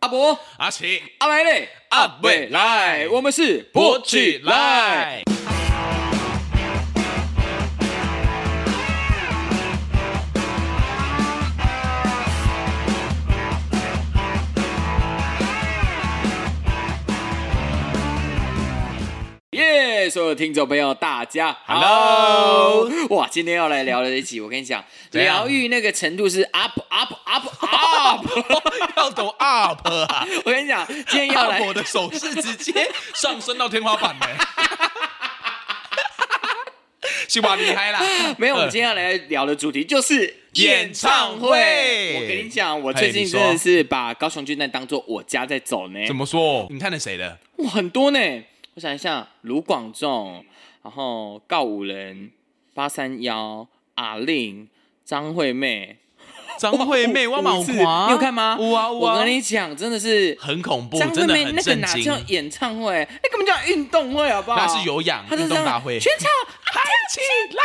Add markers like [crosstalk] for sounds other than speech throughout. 阿伯、阿奇，阿来嘞、阿未未来，我们是哎勃起 [laughs] 来。耶所有听众朋友，大家好 Hello 哇，今天要来聊的一集，我跟你讲，怎样疗愈那个程度是 up up up [laughs] up。要抖 up 啊！我跟你讲，今天 [laughs] 要来我的手势直接上升到天花板 [laughs] 嘞、是吧？厉害啦！没有，我们今天要来聊的主题就是演唱会我跟你讲，我最嘿近你说真的是把高雄巨蛋当做我家在走呢。呃怎么说？你看了谁的？哇，很多呢！我想一下，卢广仲，然后告五人、八三幺、阿令、张惠妹、张惠妹、五汪某四华，哦你有看吗？有啊有啊我跟你讲，真的是很恐怖，张惠真的妹很那个震哪惊叫。演唱会？那根本叫运动会，好不好？那是有氧她就运这样动大会，全场嗨起 [laughs] 来，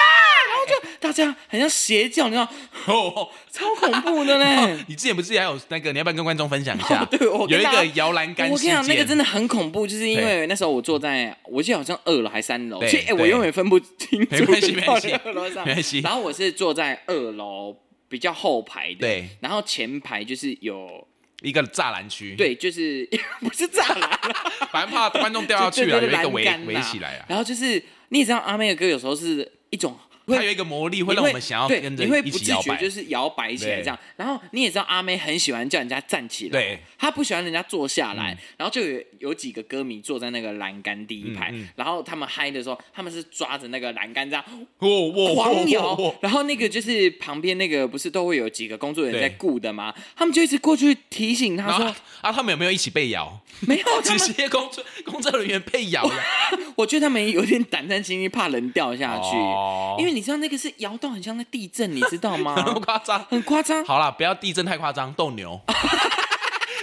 然后就大家很像邪教，你知道，哦超恐怖的 [laughs]。嘞你之前不是还有那个？你要不要跟观众分享一下？哦 [laughs] 对我跟啊有一大家个摇篮杆我事跟你件，讲，那个真的很恐怖，就是因为那时候我坐在，我记得好像二楼还三楼，对其实哎、对我永远分不清楚没关系没到关系底二楼上没关系然后我是坐在二楼比较后排的，对，然后前排就是有，一个栅栏区，，对，就是 [laughs] 不是栅栏啦，反正怕观 [laughs] 众掉下去就了，有就一是个栏围杆啦围起来啊。然后就是你也知道，阿妹的歌有时候是一种它有一个魔力，会你让我们想要对跟着你会一不起自摇觉摆。就是摇摆起来对这样。然后你也知道阿妹很喜欢叫人家站起来，对，她不喜欢人家坐下来。然后就有有几个歌迷坐在那个栏杆第一排，嗯嗯然后他们嗨的时候，他们是抓着那个栏杆这样哦哇狂摇。哇哇然后那个就是旁边那个不是都会有几个工作人员在对顾的吗？他们就一直过去提醒他然后说啊啊，他们有没有一起被摇？：“没有，他直们接工作工作人员被摇呀？我觉得他们有点胆战心惊，怕人掉下去。哦因为你知道那个是摇到很像在地震，你知道 [laughs] 那么吗？夸张？很夸张。好啦，不要地震太夸张，斗牛，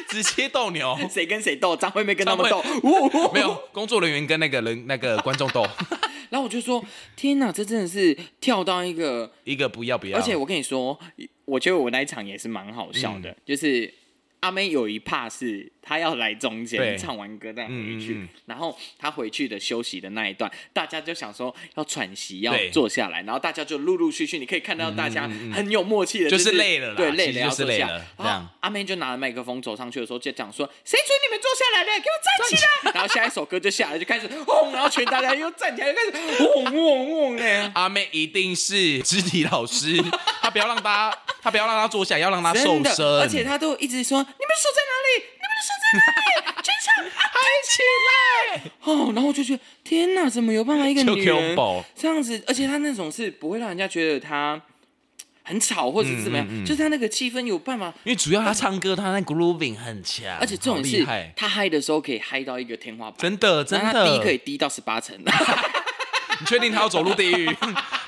直接斗牛。谁跟谁斗，张惠妹跟他们斗张，呜呜呜没有，工作人员跟那个人那个观众斗，然后我就说，天哪，这真的是跳到一个，一个不要不要。而且我跟你说，我觉得我那一场也是蛮好笑嗯的，就是。阿妹有一怕是她要来中间对唱完歌再回去，嗯嗯嗯然后她回去的休息的那一段，大家就想说要喘息，要对坐下来，然后大家就陆陆续续，你可以看到大家嗯嗯嗯很有默契的，就是是累了啦对，其累实了就要是坐累下了。这然后样阿妹就拿了麦克风走上去的时候，就讲说：“谁准你们坐下来的？给我站起来！”然后下一首歌就下来，就开始轰，然后全大家又站起来，又开始轰轰轰哎。 [laughs] 阿妹一定是肢体老师， [laughs] 她不要让大家，她不要让她坐下，要让她真瘦的，身。而且他都一直说：“你们的手在哪里？你们的手在哪里？”全场嗨起来！ [laughs] 哦，然后我就觉得天哪，怎么有办法一个就女人 combo 这样子？而且她那种是不会让人家觉得她很吵或者是怎么样，嗯嗯嗯就是她那个气氛有办法。因为主要她唱歌，她那 grooving 很强，而且这种好是厉害，她嗨的时候可以嗨到一个天花板，真的哎真然后她低的可。以低到十八 [laughs] 层。你确定她要走入地狱？ [laughs]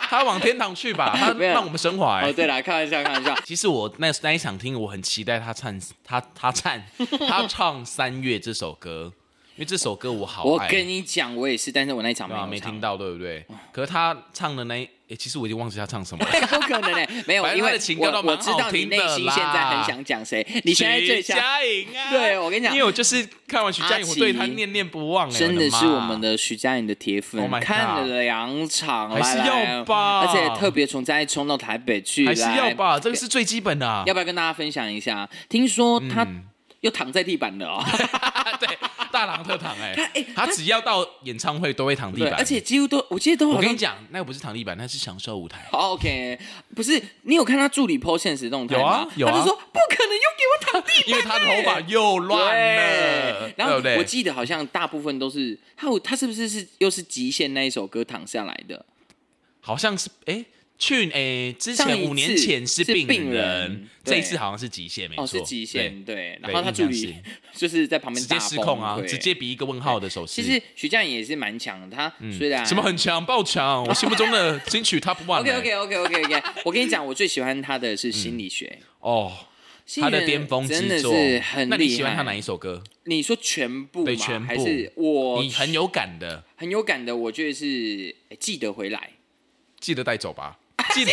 她往天堂去吧，她 [laughs] 没有让我们升华、欸哦，对啦，开玩笑，开玩笑。其实我那那一场听，我很期待她唱她她唱她唱《三月》这首歌，因为这首歌我好我爱，跟你讲，我也是，但是我那一场没对吧？有没唱听到对不对？可是她唱的那一，欸其实我已经忘记她唱什么了。不可能嘞、 [laughs] 没有，反正因为他的情歌我都我蛮知好道你听内的心现在很啦想讲谁，你现在最徐想佳莹 [laughs] 啊！对我跟你讲因为我就是看完徐佳阿莹，奇我对她念念不忘、欸，真的妈是我们。的徐佳莹的铁粉 Oh my god 看了两场，还是来来要吧而且特别从再冲到台北去，还是来要吧，这个是最基本的、啊。要不要跟大家分享一下？听说他嗯又躺在地板了哦， [laughs] 对，大郎特躺哎、他欸他只要到演唱会都会躺地对，板。 [laughs] 而且几乎都，我记得都好我跟像你讲，那个不是躺地板，那是享受 [laughs] 舞台。好 OK，不是你有看他助理 PO 现实动态有吗啊？有啊他就说不可能又给我躺地板，因为他的头发又 [laughs] 乱了对，然对后不对？我记得好像大部分都是他有，他是不是是又是极限那一首歌躺下来的？好像是哎、去哎、之上一前次五年前是是病病人对这一次好像是极限，没错，哦，是极限，对。然对后他助印理象 [laughs] 就是在旁对，边直接大失控啊崩，溃直接比一个问号的手势。其实徐佳莹也是蛮强的，她虽然什么很强，爆强，我心目中的金曲 Top [laughs] One 欸、 OK OK [laughs] OK OK OK，我跟你讲，我最喜欢她的是心理学，哦，心他理学的巅峰真的之作是很厉害。那你喜欢他哪一首歌？你说全部对吗全部还是我你很有感的，很有感的？我觉得是哎记得回 [laughs] 来，记得带走 [laughs] [laughs] 吧，记得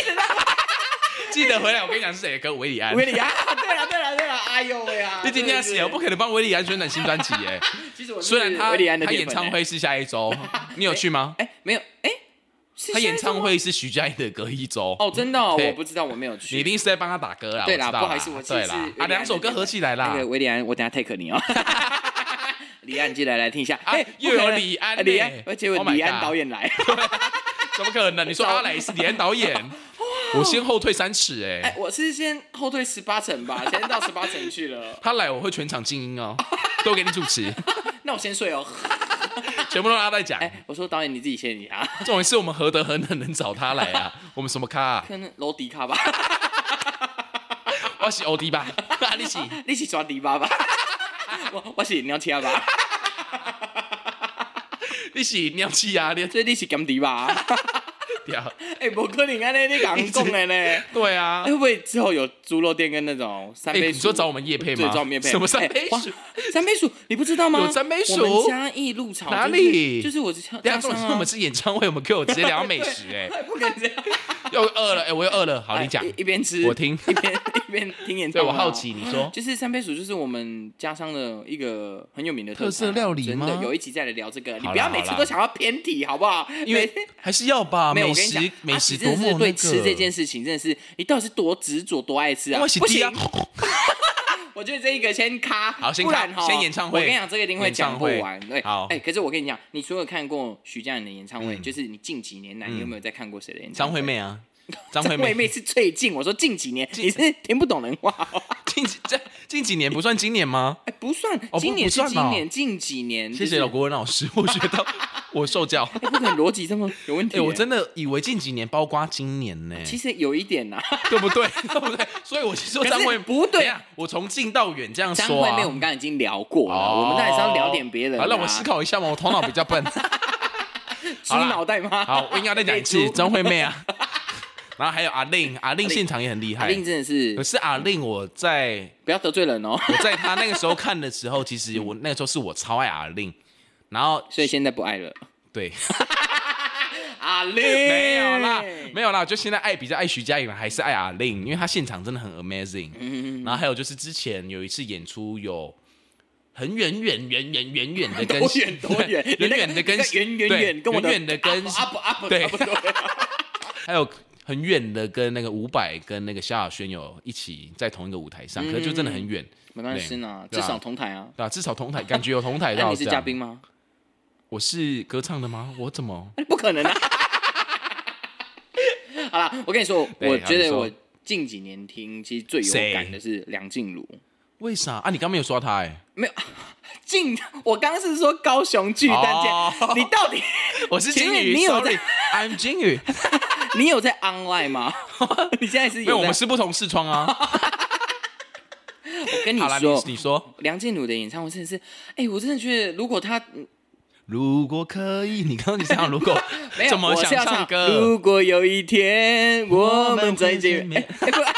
记得回来。我跟你讲是谁的歌？维里安。 [laughs] 维里安，对了对了对了，哎呦喂啊！你 [laughs] 今天要真的写，我不可能帮维里安宣传新专辑 [laughs] 耶。其实我是虽然他维里安的他铁演粉唱欸，会是下一周， [laughs] 你有去 [laughs] 吗？哎，没有，哎，是他下一演周唱吗会是徐佳莹的隔一周。哦，真的哦，对我不知道，我没有你一去。定是在帮他打歌啦，对我啦，知不道好意思，我其对实啦是维里，啊，安的两首歌铁粉合起来啦那，个维里安，我等下 take 你哦。 [laughs] 李安，你记得来听一下。啊哎，又不可有能李安李呢安，而且 Oh my 李安 God 导演来。怎么可能？你说阿来是连导 [laughs] 演，哦我先后退三尺哎、哎，我是先后退十八层吧， [laughs] 先到十八层去了。他来我会全场静音哦， [laughs] 都给你主持， [laughs] 那我先睡哦。全部都让他在讲。哎，我说导演你自己先你啊，这种事我们何德何能能找他来 [laughs] 啊？我们什么咖、啊？可能楼迪卡吧，我是 OD 吧，啊你是 [laughs] 你是抓迪巴吧， [laughs] 我我是尿车吧，你是尿气啊，你所以你是甘迪吧。屌， [laughs] 哎，不可能安尼你讲讲的 [laughs] 呢。对啊哎，。会不会之后有猪肉店跟那种三哎、杯你说鼠？找我们叶配对，吗？找我们叶配。什么三哎杯哇水？三杯鼠，你不知道吗？有三杯鼠我们嘉义鹿草哪就是里就是我家等一家下，重乡点是我啊们。是演唱会，我们给我直接聊美食、哎，不敢这样。又饿了，哎、我又饿了，好，你讲哎，一一边吃，我听一边一边听演对唱会。啊我好奇，。你哦说，就是三杯鼠，就是我们家乡的一个很有名的特色产料理真的吗有一集再来聊这个，你好啦不要每次好啦都想要偏题，好不好？因为还是要吧，没有，美我跟你讲食，美阿食喜多真的么是那对吃个这件事情，真的是你到底是多执着、多爱吃啊？我是不第一行啊，我觉得这一个先卡，好先不卡然哈，先演唱会我跟你讲，这个一定会讲不完。对，好哎，可是我跟你讲，你除了看过徐佳莹的演唱会，嗯就是你近几年来，你有没有在看过谁的演唱张会？惠妹啊，张惠张妹惠妹是最近，我说近几年，你是听不懂人话哦。 [laughs] 近几这近几年不算今年 [laughs] 吗？哎，不算，哦不今年是不算今哦年，近几年。谢就是谢老国文 [laughs] 老师，我学到我受教。哎，不可能逻辑这么有问题 [laughs] 哎，耶。我真的以为近几年包括今年呢，其实有一点呐， [laughs] 对不对？ [laughs] 对不对？所以我是说可是张惠不对等一下我从近到远这样张说惠啊妹。我们刚刚已经聊过了，哦我们当然是要聊点别人的好，啊。让我思考一下嘛，我头脑比较 [laughs] 笨。猪好啦脑袋吗？好，我应该再讲一哎次猪张惠妹啊， [laughs] 然后还有阿令，阿令现场也很厉阿害。令真的是可是阿令，我在不要得罪人哦，我在他那个时候看的时候，其实我那个时候是我超爱阿令，然后所以现在不爱了。对，阿令没有啦，没有啦，就现在爱比较爱徐佳莹，还是爱阿令，因为她现场真的很 amazing。嗯然后还有就是之前有一次演出有。很远远远远远远 [laughs] [laughs] 的跟多远多远远远的跟你那个远远对远跟我远远的跟 up up 对 up [laughs] 对，还有很远的跟那个伍佰跟那个萧亚轩有一起在同一个舞台上，可是就真的很远，没关系呢，至对啊少同台啊。对吧、至少同台感觉有同台那到你是这样。嘉 [laughs] 宾吗？我是歌唱的吗？我怎么？不可能啊！ [laughs] 好啦，我跟你说，对我好觉你得说我近几年听，其实最有谁感的是梁静茹。为啥啊？你刚没有说他哎、近，我刚刚是说高雄巨蛋哦见，你到底 [laughs] [laughs] 我是请金问鱼你有在，Sorry，I'm 金鱼。你有在 online 吗？ [laughs] 你现在是没有，有我在们？是不同视窗 [laughs] 啊。我跟你好啦，说你，你说，梁静茹的演唱会真的是，哎、我真的觉得如果她嗯如果可以，你刚刚你想如果 [laughs] 没有，怎么我是要想唱唱歌？如果有一天我们再见面，哎不啊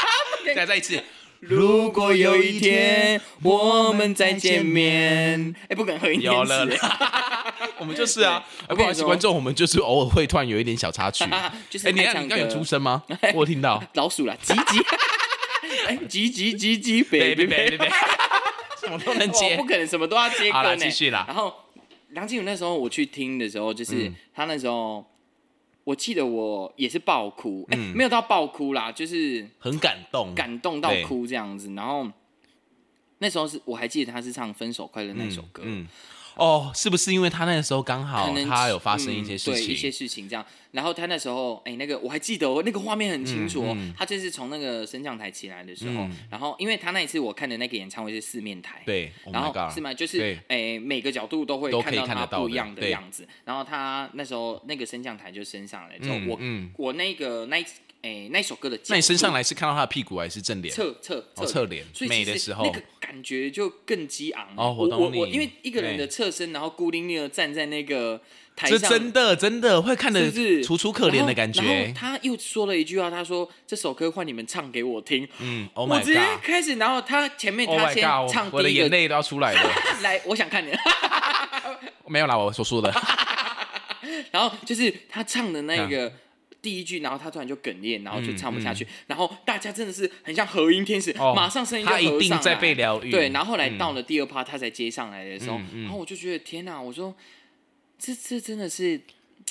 [laughs] 再再一次， [laughs] 如果有一天我们再见面，哎、不敢合音 [laughs] [laughs] 有了字， [laughs] 我们就是啊。我跟你哎不好意思，说观众，我们就是偶尔会突然有一点小插曲。哎哎， [laughs] 就是你爱看唱你刚歌有出 [laughs] 声吗？我有听到。老鼠啦，吉吉， [laughs] 哎、吉吉吉吉，baby [laughs] baby，别，什么都能我接哦不。可能什么都要接好歌啦呢，继续啦然后梁静茹那时候我去听的时候，就是、嗯她那时候。我记得我也是爆哭，哎、嗯没有到爆哭啦，就是很感动，感动到对哭这样子。然后那时候是我还记得他是唱《分手快乐》那首歌，嗯，嗯哦，是不是因为他那个时候刚可好能他有发生嗯一些事对情，一些事情这样。然后他那时候，哎、那个我还记得、哦，那个画面很清楚、哦嗯嗯他就是从那个升降台起来的时候，嗯然后因为他那一次我看的那个演唱会是四面台，对，Oh 然 my 后 God，是吗？就是对诶、每个角度都会都可看以到看他得到不一的样的对样子。然后他那时候那个升降台就升上来之后，嗯我、嗯我那个那一诶、那一首歌的那你角升上度来是看到他的屁股还是正脸？侧侧侧哦，侧脸所以美其的实时候那个感觉就更激昂哦我我懂我你因为一个人的对侧身，然后孤零零的站在那个台这上，真的真的会看是得不是楚楚可怜的感然后然后觉。欸他又说了一句话，他说：“这首歌换你们唱给我听。嗯，Oh 我 my 直接 god，Oh 开始，然后他前面他 my 先 god，唱我我的第一眼个，泪都要出来了。 [laughs] 来，我想看你。 [laughs] 没有啦，我所说的，嗯然后就是他唱的那个第一句，然后他突然就哽咽，然后就唱不下去，然后大家真的是很像和音天使，哦马上声音就他一合定上在来被疗愈对，然后后来嗯到了第二趴，他才接上来的时候，嗯嗯然后我就觉得天哪，我说这这真的是。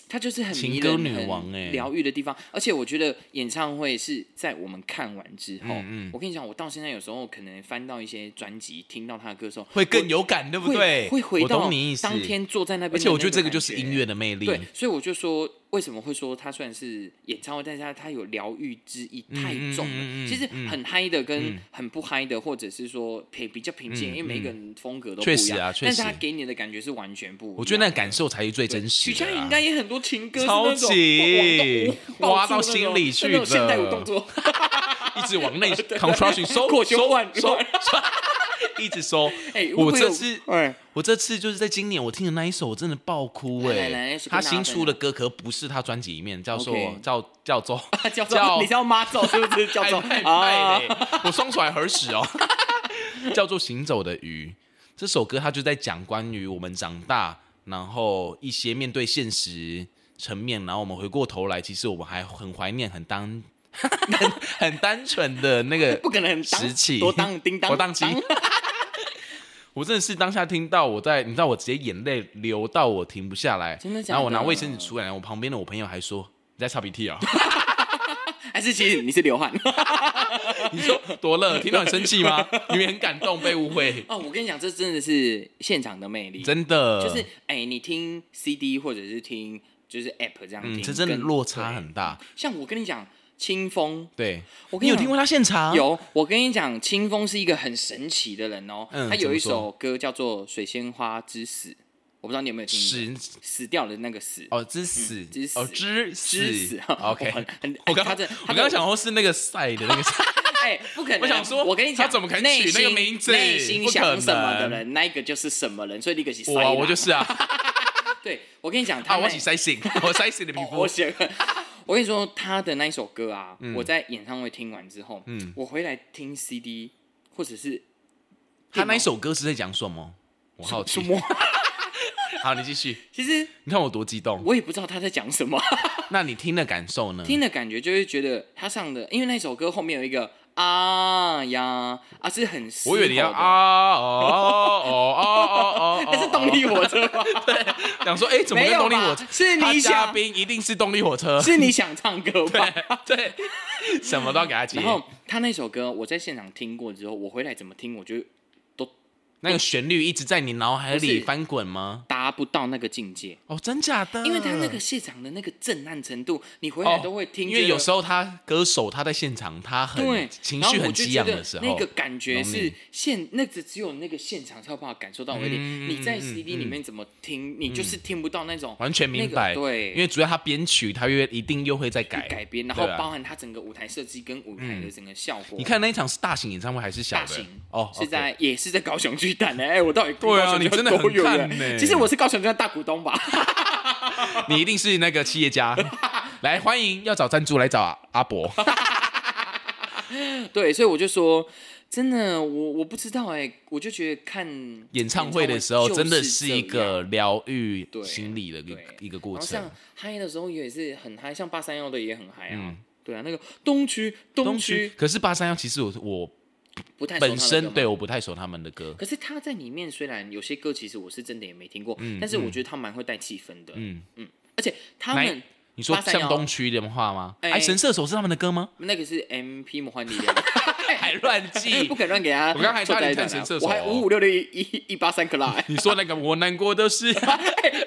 他就是很情迷歌人女很王欸疗愈的地方，而且我觉得演唱会是在我们看完之后，嗯嗯我跟你讲，我到现在有时候可能翻到一些专辑，听到他的歌的时候，会更有感，对不对？会会回我到懂你意思。当天坐在那边的那而感觉，且我觉得这个就是音乐的魅力。对，所以我就说，为什么会说它虽然是演唱会，但是它它有疗愈之意太重了。嗯嗯嗯嗯其实很嗨的跟嗯很不嗨的，或者是说平比较平静，因嗯为每个人风格都不确一实样，啊确但是它实给你的感觉是完全不一样。我觉得那个感受才是最真许实的佳啊、莹应该也很多情歌是超那种级哇哇挖抱到住那种心里去那种现代舞的动作，一直往内 [laughs] contraction 收扩胸收腕收， [laughs] 一直收。哎会不我会这有次哎我这次就是在今年我听的那一首，我真的爆哭哎、来来来随便他拿分新出的歌可不是他专辑里面，叫做 OK 叫叫做叫叫做你知道妈咒是不是叫做 [laughs] 太啊派？嘞！我双手还合十哦， [laughs] 叫做《行走的鱼》这首歌，它就在讲关于我们长大，然后一些面对现实层面，然后我们回过头来，其实我们还很怀念很单 [laughs] 很很单纯的那个不可能很当时期，多当叮当我当机当。 [laughs] 我真的是当下听到我在，你知道我直接眼泪流到我停不下来，真的假的然后我拿卫生纸出来，我旁边的我朋友还说你在擦鼻涕啊、还是其实你是流汗？你说多乐听到很生 [laughs] 气吗？你们很感动被误会，哦，我跟你讲，这真的是现场的魅力，真的就是哎、你听 CD 或者是听就是 App 这样听，嗯，这真的跟落差。很大。对像我跟你讲，清风，对，我跟你有讲听过他现场？，有，我跟你讲，清风是一个很神奇的人哦。嗯他有一怎么首歌叫做《水仙花之死》，我不知道你有没有听过。死死掉的那个死，哦，之死嗯之死哦，之之死死。。 [laughs] 我 [laughs] OK，很很，我刚他这，我他刚这刚想说是那个赛 [laughs] 的那个赛，哎，不可能！我想说我跟你讲，他怎么可能内取那个心名字内心不可想什么的能人，那一个就是什么人，所以那个是塞我啊啦我就 [laughs] 是啊，对，我跟你讲，他啊，那我起塞醒，我塞醒的皮哦 [laughs] 肤我。写了。我跟你说，他的那一首歌啊，嗯我在演唱会听完之后，嗯，我回来听 CD 或者是他那一首歌是在讲什么？我好什奇。么， [laughs] 好，你继续。其实你看我多激动。我也不知道他在讲什么， [laughs] 那你听的感受呢？听的感觉就是觉得他唱的，因为那首歌后面有一个啊呀啊，是很嘶我以为你要吼的啊，哦哦哦哦哦哦，那 [laughs] 是动力火哦车吧？想说，哎，怎么没跟有动力吧火车？？是他你嘉想，宾一定是动力火车，是你想唱歌 [laughs] 吧？对，什么都要给他接。然后他那首歌，我在现场听过之后，我回来怎么听，我就那个旋律一直在你脑海不是里翻滚吗？达不到那个境界，哦，真假的？因为他那个现场的那个震撼程度，你回来嗯哦都会听，因为有时候候他歌手他在现场，他对很情绪很激昂的时然后候我就觉得那，个感觉浓是烈现，那只只有那个现场才有办法感受到威力。嗯你在嗯 CD 里面怎么听，你就是听不到那种完全明那白。个对因为主要他编曲，他又一定又会再改改编，然后对啊嗯包含它整个舞台设计跟舞台的整个效果。你看那一场是大型演唱会还是小大的？型哦，是 OK 在也是在高雄巨蛋的，哎，我到底对啊高雄巨你真的蛋多很远看啊呢其实我是高雄巨蛋大股东吧。你一定是那个企 [laughs] 业家。来，欢迎要找赞助来找阿阿伯。对，所以我就说，真的，我我不知道哎、我就觉得看演唱会的时候，就是真的是一这样个疗愈对心理的一个对一个然过后程像。嗨的时候也是很嗨，像八三幺的也很嗨啊。对啊，那个东区嗯东东区区，可是八三幺，其实我我不太熟本他的歌身嘛对。我不太熟他们的歌，可是他在里面虽然有些歌其实我是真的也没听过，但是我觉得他蛮会带气氛的，嗯嗯，而且他们你说831像东区的话吗？哎哎，神射手是他们的歌吗？那个是 M P 魔幻力量， [laughs] 哎还乱记不。可能给他我刚才凑差在点一起啊，看神射手我还哦五五六六一一一八三克拉、欸，你说那个我难过的 [laughs] 是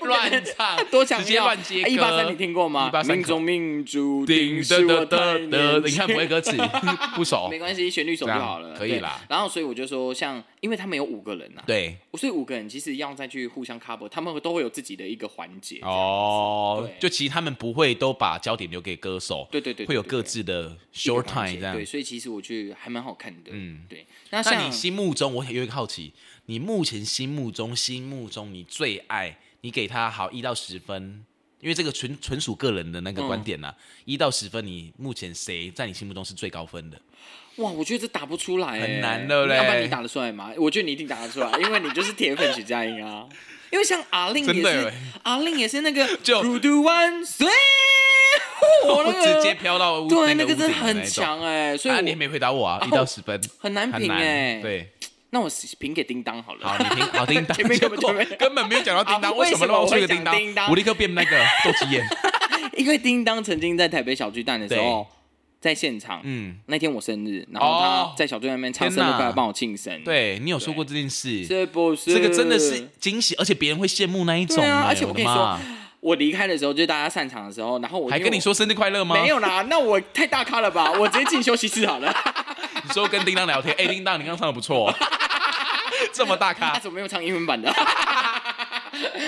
乱唱，哎多想啊直接乱接歌。一八三你听过吗？ 183命中命注定顶是我的太的的，年你轻看不会歌词， [laughs] 不熟没。关系，旋律熟就好了，这样可以对啦。然后所以我就说，像因为他们有五个人啊呐、对，所以五个人其实要再去互相 cover，他们都会有自己的一个环节。哦对，就其实他们不会都把焦点留给歌手，对对对对会有各对自的一个 short 环 time 节这样对，。所以其实我觉得还蛮好看的。嗯嗯，对。那那像你心目中，我有一个好奇，你目前心目中、心目中你最爱，你给他好一到十分，因为这个纯纯属个人的那个观点呐、嗯一、到十分，你目前谁在你心目中是最高分的？哇，我觉得这打不出来、欸，很难的嘞要不然你打得出来吗？我觉得你一定打得出来，因为你就是铁粉许佳莹啊。因为像阿令也真的是欸， [laughs] 阿令也是那个就古都万岁。我那个 [laughs] 直接飘到屋对那个真屋的顶的那很种强哎、所以啊，我你也没回答我啊，一哦到十分很难很评难哎、对，那我评给叮当好了。好，你 [laughs] 听，好叮前面根当，本结果就没有根本没有讲到叮啊当，为为什什么么让我我出一会个讲叮当叮当？我立刻变那个斗 [laughs] 鸡眼。因为叮当曾经在台北小巨蛋的时候，在现场，嗯，那天我生日，然后他哦在小巨蛋那边唱天生日快哪乐，帮我庆生。，对你有说过这件事，这不是这个真的是惊喜，而且别人会羡慕那一种对啊哎。而且我我跟的你说妈，我离开的时候，就是大家散场的时候，然后我还跟你。说生日快乐吗？没，有啦，那我太大咖了吧？我直接进休息室好了。 [laughs] 你说跟叮当聊天，哎，叮当，你刚刚唱的不错哦，这么大他咖，怎么没有唱英文版的？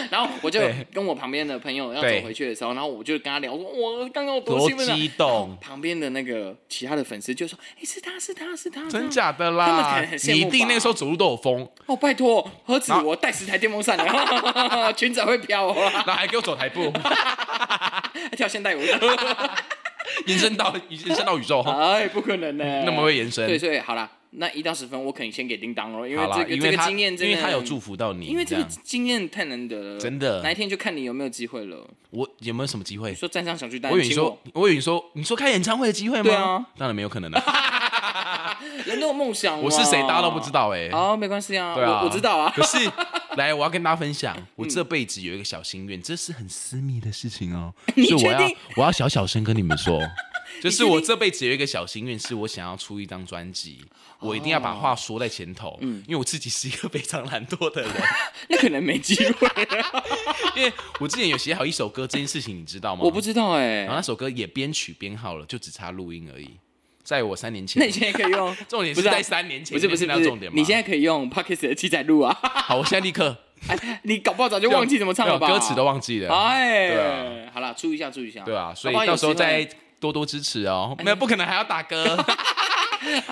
然后我就对跟我旁边的朋友要对走回去的时候，然后我就跟他聊，我说 [laughs] 我刚刚有多多兴奋啊！激动旁边的那个其他的粉丝就说：“哎，是他是他是他，是他真假的他们可啦能很，羡你慕一定那吧个时候走路都 [laughs] 有风，哦，拜托，何止然后我带十台电风扇 [laughs] 呢， [laughs] 裙子还会飘哦，然后还给我走台步，还 [laughs] 跳现代 [laughs] 舞，延伸到延伸到宇 [laughs] 宙，哎，不可能呢，那么会延对，伸。所以好啦，那一到十分，我可能先给叮当咯，因为好啦，这个因这为个他经验真因的，为他有祝福到你，因为这个样经验太难得了，真的哪一天就看你有没有机会了。我有没有什么机会你？说站上小巨蛋，我以为你请说，我以为你说，你说开演唱会的机会吗？对啊当然没有可 [laughs] 能了、人都有梦想嘛，啊我是谁，大家都不知道哎、哦，没关系啊，对啊我我知道啊。 [laughs] 嗯可是，来，我要跟大家分 [laughs] 享，我这辈子有一个小心愿，这是很私密的事情哦， [laughs] 你所以我确定要我要小小声跟你们 [laughs] 说，就是我这辈子有一个小心愿，是我想要出一张专辑，哦我一定要把话说在前头，嗯因为我自己是一个非常懒惰的人， [laughs] 那可能没机会啊，因为我之前有写好一首歌，这件事情你知道吗？我不知道哎、然后那首歌也编曲编好了，就只差录音而已，在我三年前那，你现在可以用， [laughs] 重点不是是啊在三年前，不是不是你不有听是，到重点吗？你现在可以用 Pocket 的器材录啊，好，我现在立刻哎你搞不好早 [laughs] 就忘记怎么唱了吧？歌词都忘记了，哎，对啊好啦，注意一下，注意一下，对啊，所以搞不好有到时候机会再多多支持哦。哎没有，不可能还要打 [laughs] 歌。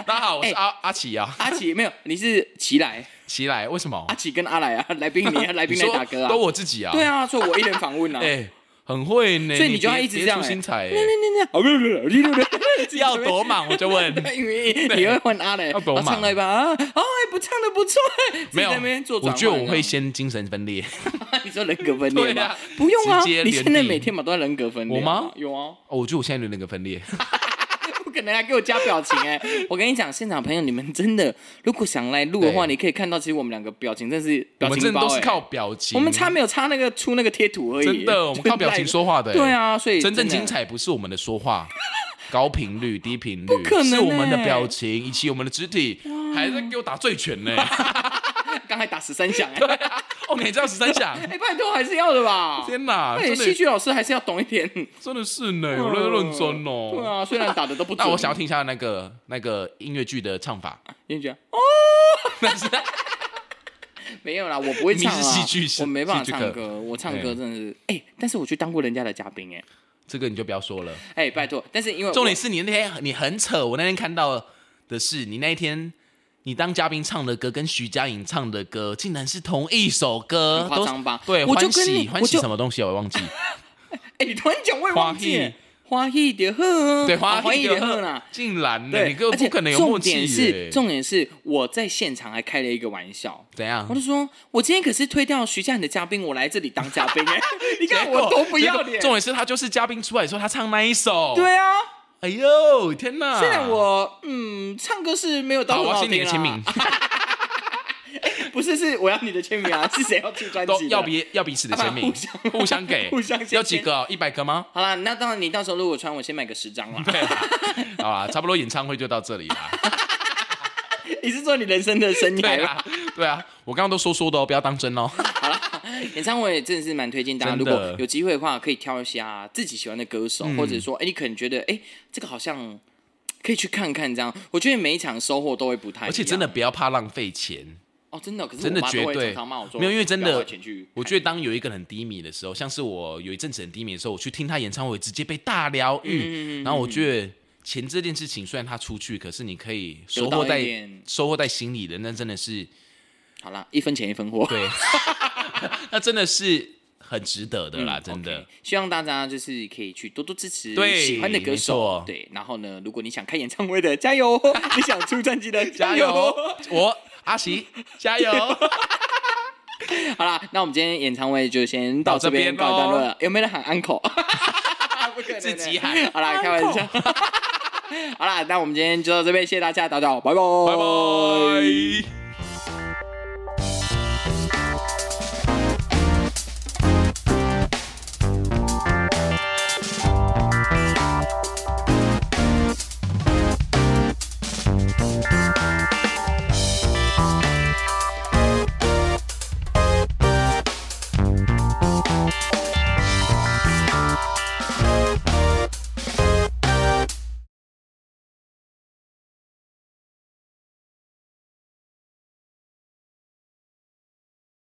大家好，我是阿阿奇啊，阿奇没有，你是奇来，奇来，为什么阿？奇跟阿来啊， [laughs] 来 [laughs] 宾你啊来你宾来打歌啊都，我自己啊，对，啊，所以我一人访问啊， [laughs] [laughs] 哎，很会呢，所以你你就要别一直别这样出哎新彩，哎那那那那，哦不不不不不不，要多忙我就 [laughs] 问，因为你会换阿嘞，要多啊忙唱了一把啊，哦，不唱的不错，没自己有在那边做，我转换觉得我啊会，先精神分裂。 [laughs] 你说人格分裂对吗啊？不用啊，直接你现在连地每天嘛都在人格分裂，我吗？有啊，哦，我觉得我现在有那个分裂， [laughs] 不可能啊还给我加表情 [laughs] 哎！我跟你讲，现场朋友你们真的如果想来录的话，对你可以看到，其实我们两个表情真是我表们情真的包都是哎，靠表情，我们差没有差那个出那个贴图而已，欸啊真的，我们靠表情说话的。哎对，啊，所以真正的精彩不是我们的说 [laughs] 话，高频率、低频率，不可能是我们的欸表情以及我们的肢体，还在给我打醉拳 [laughs] 呢。 [laughs] 刚才打十三响哎，哦，你还知道十三 [laughs] 响？ [laughs] 哎，拜托还是要的吧。天哪，对，真戏的剧老师还是要懂一点。真的是呢，有认认真对哦。啊，虽然打的都不准。 [laughs] 那我想要听一下那个那个音乐剧的唱 [laughs] 法，你觉得哦，没有啦，我不会唱啊你是戏剧系我没办法戏剧唱课歌，我唱对歌真的是哎，但是我去当过人家的嘉宾哎这个你就不要说了。哎，拜托，但是因为我重点是你那天你很扯，我那天看到的是你那一天。你当嘉宾唱的歌跟徐佳莹唱的歌竟然是同一首歌，很夸都张吧对，我就欢跟你喜我欢喜就什么东西我忘记。哎，你突然讲我也忘记了，欢喜就好， [laughs] 对，啊花欢喜艺就好啦。 [laughs] 竟然呢，对，你根而本且不可能有默重契点耶。是，重点是我在现场还开了一个玩笑，怎样我？就说，我今天可是推掉徐佳莹的嘉宾，我来这里当嘉宾 [laughs] 哎，你看结我果多不要结果脸。重点是他就是嘉宾出来的时候，他唱那一首。，对啊，哎呦天哪！虽然我嗯唱歌是没有到啊好，很我要好先你听的啊签名， [laughs] 不是，是我要你的签名啊！是 [laughs] 谁要出专都辑？要。彼要彼此的签名，啊互相 [laughs] 互相给，互相先要几个？一百个吗？好啦，那当然，你到时候如果穿，我先买个十张啦。对啦，好啦，差不多演唱会就到这里啦。 [laughs] 你是说你人生的生对涯吧？啦，对啊，我刚刚都说说的哦，不要当真哦。哎演唱会真的是蛮推荐大家，真如的嗯果有机会的话，可以挑一下自己喜欢的歌手，或者说，哎，你可能觉得，哎，这个好像可以去看看这样。我觉得每一场收获都会不太一样，而且真的不要怕浪费钱，哦，真的，可是真的我妈绝都会对常常骂我说，没有因为真的不要花钱去，我觉得当有一个人很低迷的时候，像是我有一阵子很低迷的时候，我去听他演唱会，直接被大疗嗯愈。然后我觉得钱这件事情，虽然他出去，可是你可以收获得到在一点收获在心里的，那真的 [laughs] 是好啦，一分钱一分货。对，那真的是很值得的啦，嗯真的 OK，。希望大家就是可以去多多支持对喜欢的歌没错手，对。然后呢，如果你想看演唱会的，加油； [laughs] 你想出专辑的， [laughs] 加加油，我阿奇加 [laughs] 油，好啦，那我们今天演唱会就先到到这这边边告一段落咯 [laughs] 了。有没有人喊 uncle？不对自己喊。好啦，开玩笑。 [laughs] 好啦，那我们今天就到这边，谢谢大家，大家好，拜拜，拜拜。